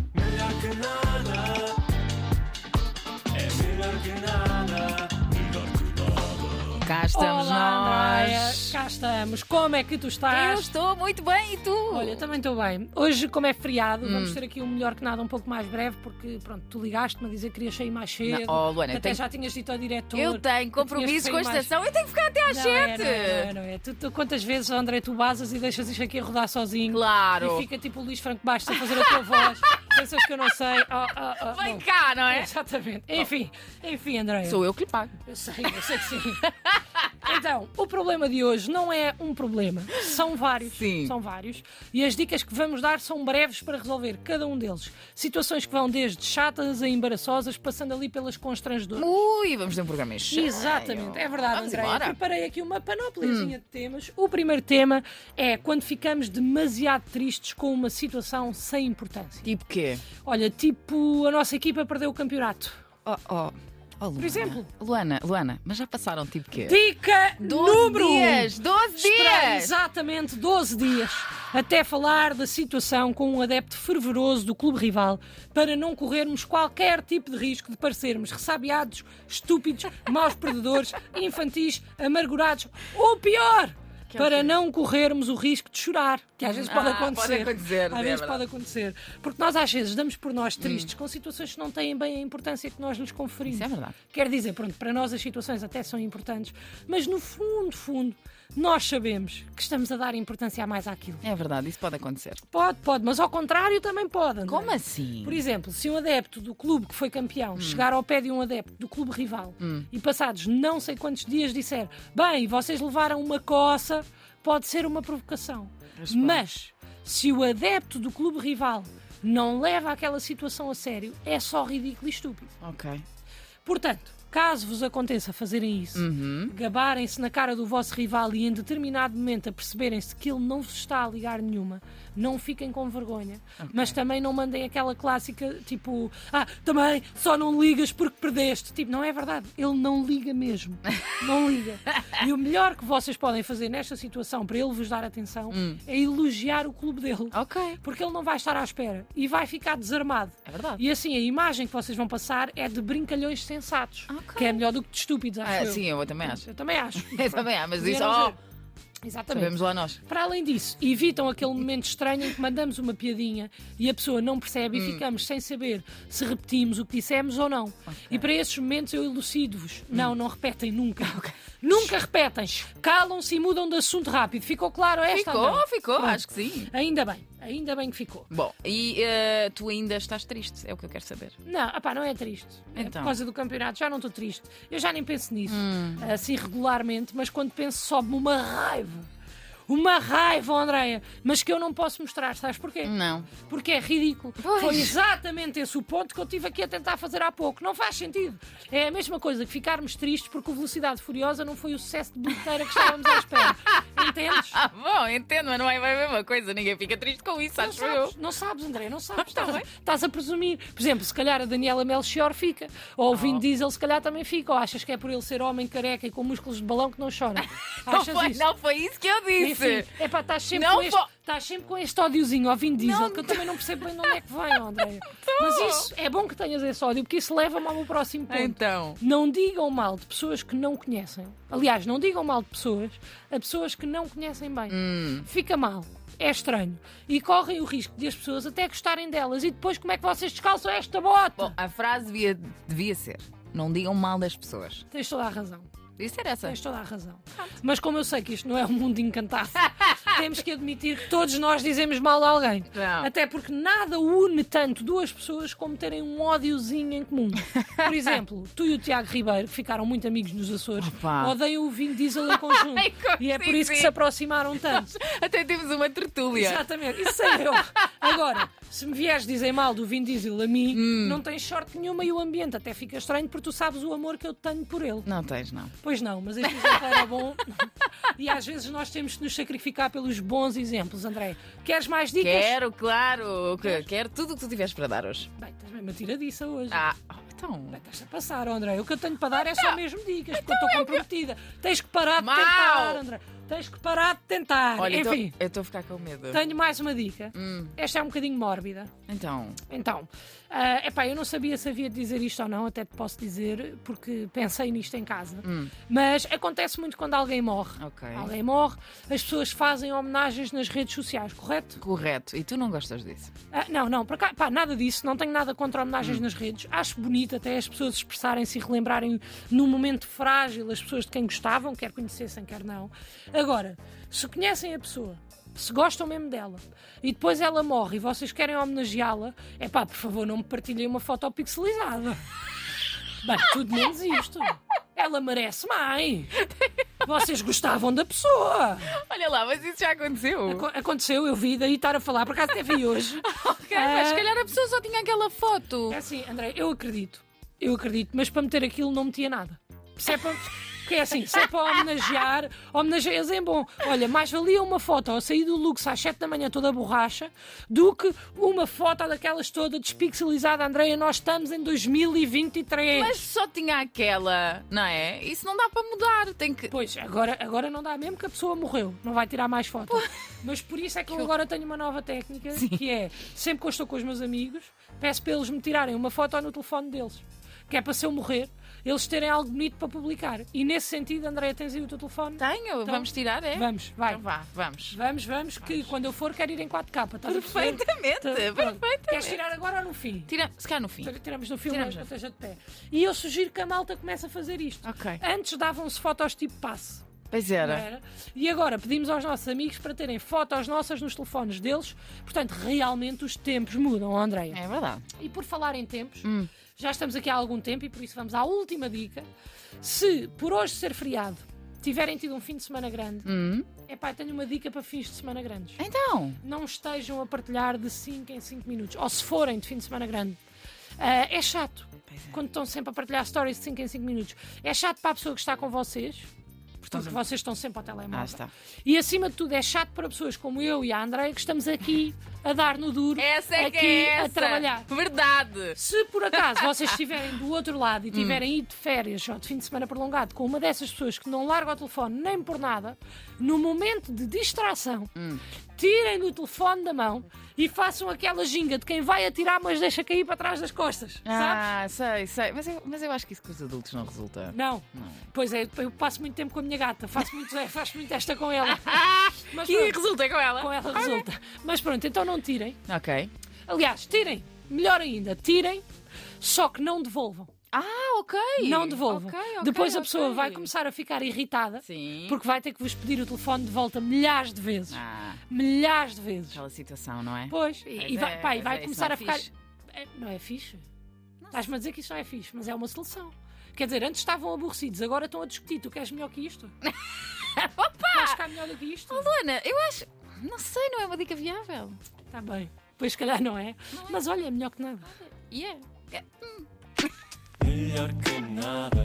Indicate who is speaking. Speaker 1: que nada. É melhor que nada. Melhor que nada.
Speaker 2: Cá estamos
Speaker 3: Olá, Andréia.
Speaker 2: nós.
Speaker 3: Cá estamos. Como é que tu
Speaker 2: Eu
Speaker 3: estás?
Speaker 2: estou muito bem e tu?
Speaker 3: Olha, também estou bem. Hoje, como é feriado,
Speaker 2: Hum.
Speaker 3: vamos ter aqui um melhor que nada um pouco mais breve, porque pronto, tu ligaste-me a dizer que querias sair mais cedo.
Speaker 2: Não, oh, Luana, eu
Speaker 3: até
Speaker 2: tenho-
Speaker 3: já tinhas dito ao diretor.
Speaker 2: eu tenho compromissos com a estação e tenho que ficar até às
Speaker 3: Não, é,
Speaker 2: 7.
Speaker 3: não, é, não, é, não é. Tu, tu- quantas vezes, André, tu basas e deixas isto aqui a rodar sozinho?
Speaker 2: Claro.
Speaker 3: E fica tipo o Luís Franco Bastos a fazer a tua voz. Pensas que eu não sei. Oh, oh, oh,
Speaker 2: Vem
Speaker 3: bom.
Speaker 2: cá, não é?
Speaker 3: Exatamente. Enfim, enfim, André.
Speaker 2: Sou eu que lhe pago.
Speaker 3: Eu sei, eu sei que sim. então, o problema de hoje não é um problema, são vários.
Speaker 2: Sim.
Speaker 3: São vários. E as dicas que vamos dar são breves para resolver cada um deles. Situações que vão desde chatas a embaraçosas, passando ali pelas constrangedoras.
Speaker 2: Ui, vamos ter um programa em cheio.
Speaker 3: Exatamente, é verdade,
Speaker 2: Vamos
Speaker 3: Andréia.
Speaker 2: embora. Hum.
Speaker 3: Preparei aqui uma panopliazinha de temas. O primeiro tema é quando ficamos demasiado tristes com uma situação sem importância.
Speaker 2: Tipo quê?
Speaker 3: Olha, tipo, a nossa equipa perdeu o campeonato.
Speaker 2: Oh, oh. oh, Luana.
Speaker 3: exemplo.
Speaker 2: Luana, Luana, mas já passaram tipo quê?
Speaker 3: Dica
Speaker 2: 12
Speaker 3: número um.
Speaker 2: dias! 12
Speaker 3: Esperar
Speaker 2: dias!
Speaker 3: exatamente 12 dias até falar da situação com um adepto fervoroso do clube rival para não corrermos qualquer tipo de risco de parecermos ressabiados, estúpidos, maus perdedores, infantis, amargurados ou pior. Para não corrermos o risco de chorar, que às vezes pode
Speaker 2: é Ah, pode
Speaker 3: acontecer.
Speaker 2: acontecer,
Speaker 3: às vezes
Speaker 2: Débora. Hum.
Speaker 3: pode acontecer. Porque nós às vezes damos por nós tristes com situações que não têm bem a importância que nós lhes conferimos.
Speaker 2: Isso é verdade.
Speaker 3: Quer dizer, pronto, para nós as situações até são importantes, mas no fundo, fundo, nós sabemos que estamos a dar importância a mais àquilo.
Speaker 2: É verdade, isso pode acontecer.
Speaker 3: Pode, pode, mas ao contrário também pode. André.
Speaker 2: Como assim? Hum.
Speaker 3: Por exemplo, se um adepto do clube que foi campeão chegar ao pé de um adepto do clube rival e passados não sei quantos dias disser bem, vocês levaram uma coça, pode ser uma provocação.
Speaker 2: pode.
Speaker 3: Mas se o adepto do clube rival não leva aquela situação a sério, é só ridículo e estúpido.
Speaker 2: Ok.
Speaker 3: Portanto, caso vos aconteça fazerem isso, gabarem-se na cara do vosso rival e em determinado momento aperceberem-se que ele não vos está a ligar nenhuma, não fiquem com vergonha, mas também não mandem aquela clássica tipo, ah, também só não ligas porque perdeste. Tipo, não é verdade, ele não liga mesmo. Não liga. E o melhor que vocês podem fazer nesta situação para ele vos dar atenção é elogiar o clube dele.
Speaker 2: Ok.
Speaker 3: Porque ele não vai estar à espera e vai ficar desarmado.
Speaker 2: É verdade.
Speaker 3: E assim, a imagem que vocês vão passar é de brincalhões sensatos.
Speaker 2: Ok.
Speaker 3: Que é melhor do que de estúpidos, acho
Speaker 2: Ah,
Speaker 3: eu.
Speaker 2: sim, eu também acho.
Speaker 3: Eu também acho.
Speaker 2: Eu também acho, mas
Speaker 3: Podia
Speaker 2: isso,
Speaker 3: não
Speaker 2: ó,
Speaker 3: ser. Exatamente.
Speaker 2: sabemos lá nós.
Speaker 3: Para além disso, evitam aquele momento estranho em que mandamos uma piadinha e a pessoa não percebe
Speaker 2: Hum.
Speaker 3: e ficamos sem saber se repetimos o que dissemos ou não. E para esses momentos eu elucido-vos.
Speaker 2: Hum.
Speaker 3: Não, não repetem nunca. Nunca repetem. Calam-se e mudam de assunto rápido. Ficou claro esta?
Speaker 2: Ficou,
Speaker 3: André?
Speaker 2: ficou,
Speaker 3: Pronto.
Speaker 2: acho que sim.
Speaker 3: Ainda bem, ainda bem que ficou.
Speaker 2: Bom, e eh, tu ainda estás triste, é o que eu quero saber.
Speaker 3: Não, apá, não é triste. É
Speaker 2: Então. Hum.
Speaker 3: por causa do campeonato, já não estou triste. Eu já nem penso nisso, assim regularmente, mas quando penso sobe-me uma raiva. Uma raiva, oh, Andréia, mas que eu não posso mostrar, sabes porquê?
Speaker 2: Não.
Speaker 3: Porque é ridículo.
Speaker 2: Pois.
Speaker 3: Foi exatamente esse o ponto que eu tive aqui a tentar fazer há pouco. Não faz sentido. É a mesma coisa que ficarmos tristes porque o Velocidade Furiosa não foi o sucesso de bilheteira que estávamos à espera. Entendes?
Speaker 2: Ah, bom, entendo, mas não é bem a mesma coisa. Ninguém fica triste com isso,
Speaker 3: Não
Speaker 2: acho eu.
Speaker 3: sabes, não sabes, André, não sabes.
Speaker 2: Está
Speaker 3: Estás, a,
Speaker 2: bem.
Speaker 3: estás a presumir. Por exemplo, se calhar a Daniela Melchior fica, ou o
Speaker 2: Oh.
Speaker 3: Vin Diesel se calhar também fica, ou achas que é por ele ser homem careca e com músculos de balão que não chora.
Speaker 2: Não
Speaker 3: Achas
Speaker 2: foi,
Speaker 3: isso? É
Speaker 2: não foi isso que eu disse.
Speaker 3: Enfim, epá, estás sempre,
Speaker 2: Não
Speaker 3: com este,
Speaker 2: foi-
Speaker 3: estás sempre com este ódiozinho ao Vin Diesel,
Speaker 2: Não-
Speaker 3: que eu também não percebo bem de onde é que vem, André. Mas isso é bom que tenhas esse ódio, porque isso leva-me ao meu próximo ponto.
Speaker 2: Então.
Speaker 3: Não digam mal de pessoas que não conhecem. Aliás, não digam mal de pessoas a pessoas que não conhecem bem. Fica mal. É estranho. E correm o risco de as pessoas até gostarem delas. E depois, como é que vocês descalçam esta bota?
Speaker 2: Bom, a frase devia, devia ser: não digam mal das pessoas.
Speaker 3: Tens toda a razão.
Speaker 2: Devia ser essa.
Speaker 3: Tens toda a razão. Mas como eu sei que isto não é um mundo encantado, temos que admitir que todos nós dizemos mal a alguém.
Speaker 2: Não.
Speaker 3: Até porque nada une tanto duas pessoas como terem um ódiozinho em comum. Por exemplo, tu e o Tiago Ribeiro, que ficaram muito amigos nos Açores,
Speaker 2: Opa.
Speaker 3: odeiam o vinho diesel em conjunto.
Speaker 2: Ai, como
Speaker 3: e é por
Speaker 2: sim,
Speaker 3: isso que
Speaker 2: sim.
Speaker 3: se aproximaram tanto.
Speaker 2: Até temos uma tertúlia.
Speaker 3: Exatamente, isso é eu. Agora, se me vieres dizer mal do Vin Diesel a mim,
Speaker 2: Hum.
Speaker 3: não tens sorte nenhuma e o ambiente até fica estranho porque tu sabes o amor que eu tenho por ele.
Speaker 2: Não tens, não.
Speaker 3: Pois não, mas este exemplo era bom. E às vezes nós temos que nos sacrificar pelos bons exemplos, André. Queres mais dicas?
Speaker 2: Quero, claro. o que- Quero tudo o que tu tiveres para dar hoje.
Speaker 3: Bem, estás bem uma tiradiça hoje.
Speaker 2: Ah, Então, oh, então.
Speaker 3: Bem, Estás a passar, André. O que eu tenho para dar é só mesmo dicas, porque eu estou comprometida. Tens que parar de
Speaker 2: é Mau.
Speaker 3: tentar, André. Tens que parar de tentar.
Speaker 2: Olha, então-
Speaker 3: Enfim,
Speaker 2: eu estou a ficar com medo.
Speaker 3: tenho mais uma dica.
Speaker 2: Hum,
Speaker 3: Esta é um bocadinho mórbida.
Speaker 2: então,
Speaker 3: Então, é epá, eu não sabia se havia de dizer isto ou não, até te posso dizer, porque pensei nisto em casa.
Speaker 2: Hum.
Speaker 3: Mas acontece muito quando alguém morre.
Speaker 2: ok.
Speaker 3: Alguém morre, as pessoas fazem homenagens nas redes sociais, correto?
Speaker 2: Correto. E tu não gostas disso?
Speaker 3: Ah, não, não, para cá, pá, nada disso, não tenho nada contra homenagens nas redes. Acho bonito até as pessoas expressarem-se e relembrarem num momento frágil as pessoas de quem gostavam, quer conhecessem, quer não. Agora, se conhecem a pessoa, se gostam mesmo dela e depois ela morre e vocês querem homenageá-la, é pá, por favor, não me partilhem uma foto pixelizada. Bem, tudo menos isto. Ela merece mais. Vocês gostavam da pessoa.
Speaker 2: Olha lá, mas isso já aconteceu.
Speaker 3: Aco- Aconteceu, eu vi, daí estar a falar, por acaso até vi hoje.
Speaker 2: Ok, mas
Speaker 3: Ah.
Speaker 2: se calhar a pessoa só tinha aquela foto.
Speaker 3: É assim, André, eu acredito. Eu acredito, mas para meter aquilo não metia nada. Se é para. Porque é assim, se é para homenagear, homenageias em bom. Olha, mais valia uma foto ao sair do Lux às 7 da manhã toda borracha do que uma foto daquelas toda despixelizada. Andréia, nós estamos em 2023.
Speaker 2: Mas só tinha aquela, não é? Isso não dá para mudar. Tem que.
Speaker 3: Pois, agora, agora não dá, mesmo que a pessoa morreu, não vai tirar mais fotos. Mas por isso é que eu agora tenho uma nova técnica, que é, sempre que eu estou com os meus amigos, peço para eles me tirarem uma foto no telefone deles, que é para se eu morrer, eles terem algo bonito para publicar. E nesse sentido, Andréia, tens aí o teu telefone?
Speaker 2: Tenho. vamos tirar, Tá, é?
Speaker 3: Vamos, então vai.
Speaker 2: Então vá, vamos. É
Speaker 3: Vamos, vamos, que quando eu for quero ir em 4K, estás a perceber?
Speaker 2: Perfeitamente,
Speaker 3: Tá, pronto. Queres
Speaker 2: perfeitamente.
Speaker 3: tirar agora ou no fim?
Speaker 2: Tira... Se calhar no fim.
Speaker 3: Tir- Tiramos no filme,
Speaker 2: Tiramos
Speaker 3: mas
Speaker 2: no
Speaker 3: não esteja de pé. E eu sugiro que a malta comece a fazer isto.
Speaker 2: Ok.
Speaker 3: Antes davam-se fotos tipo passe.
Speaker 2: Pois
Speaker 3: Não
Speaker 2: era.
Speaker 3: era? E agora pedimos aos nossos amigos para terem fotos nossas nos telefones deles. Portanto, realmente os tempos mudam, Hum. Andréia.
Speaker 2: É verdade.
Speaker 3: E por falar em tempos, já estamos aqui há algum tempo e por isso vamos à última dica. Se por hoje ser feriado tiverem tido um fim de semana grande,
Speaker 2: Hum.
Speaker 3: é pá, tenho uma dica para fins de semana grandes.
Speaker 2: Então.
Speaker 3: Não estejam a partilhar de 5 em 5 minutos. Ou se forem de fim de semana grande. Ah, é chato
Speaker 2: Pois é.
Speaker 3: quando estão sempre a partilhar stories de 5 em 5 minutos. É chato para a pessoa que está com vocês, porque vocês estão sempre ao telemóvel.
Speaker 2: Uhum. Ah, está.
Speaker 3: E acima de tudo, é chato para pessoas como eu e a Andréia que estamos aqui a dar no duro,
Speaker 2: é
Speaker 3: aqui a trabalhar.
Speaker 2: Verdade.
Speaker 3: Se por acaso vocês estiverem do outro lado e tiverem ido de férias ou de fim de semana prolongado com uma dessas pessoas que não larga o telefone nem por nada, no momento de distração,
Speaker 2: Hum.
Speaker 3: tirem o telefone da mão e façam aquela ginga de quem vai atirar, mas deixa cair para trás das costas, sabes?
Speaker 2: Ah, sei, sei. Mas eu, mas eu acho que isso com os adultos não resulta.
Speaker 3: Não.
Speaker 2: Não.
Speaker 3: Pois é, eu passo muito tempo com a minha gata, faço muito, faço muito esta com ela. Mas
Speaker 2: E
Speaker 3: pronto,
Speaker 2: resulta com ela.
Speaker 3: Ah, com ela resulta. Mas pronto, então não tirem.
Speaker 2: Ok.
Speaker 3: Aliás, tirem. Melhor ainda, tirem, só que não devolvam.
Speaker 2: Ah, ok.
Speaker 3: Não devolvam.
Speaker 2: Ok, ok,
Speaker 3: Depois a pessoa
Speaker 2: ok.
Speaker 3: vai começar a ficar irritada
Speaker 2: Sim.
Speaker 3: porque vai ter que vos pedir o telefone de volta milhares de vezes.
Speaker 2: Ah,
Speaker 3: Milhares de vezes.
Speaker 2: aquela situação, não é?
Speaker 3: Pois, e,
Speaker 2: Pois
Speaker 3: e vai,
Speaker 2: é,
Speaker 3: pá, e
Speaker 2: pois
Speaker 3: vai
Speaker 2: é, isso
Speaker 3: começar
Speaker 2: não é
Speaker 3: a ficar.
Speaker 2: fixe.
Speaker 3: É, Não é fixe? Estás-me a dizer que isso não é fixe, mas é uma solução. Quer dizer, antes estavam aborrecidos, agora estão a discutir. Tu queres melhor que isto?
Speaker 2: Ah!
Speaker 3: Vais ficar melhor do que isto?
Speaker 2: Luana, eu acho. Não sei, não é uma dica viável.
Speaker 3: Está Tá bem. Pois, se calhar, não é. Mas olha, é melhor que nada.
Speaker 2: E é.
Speaker 1: Melhor que nada.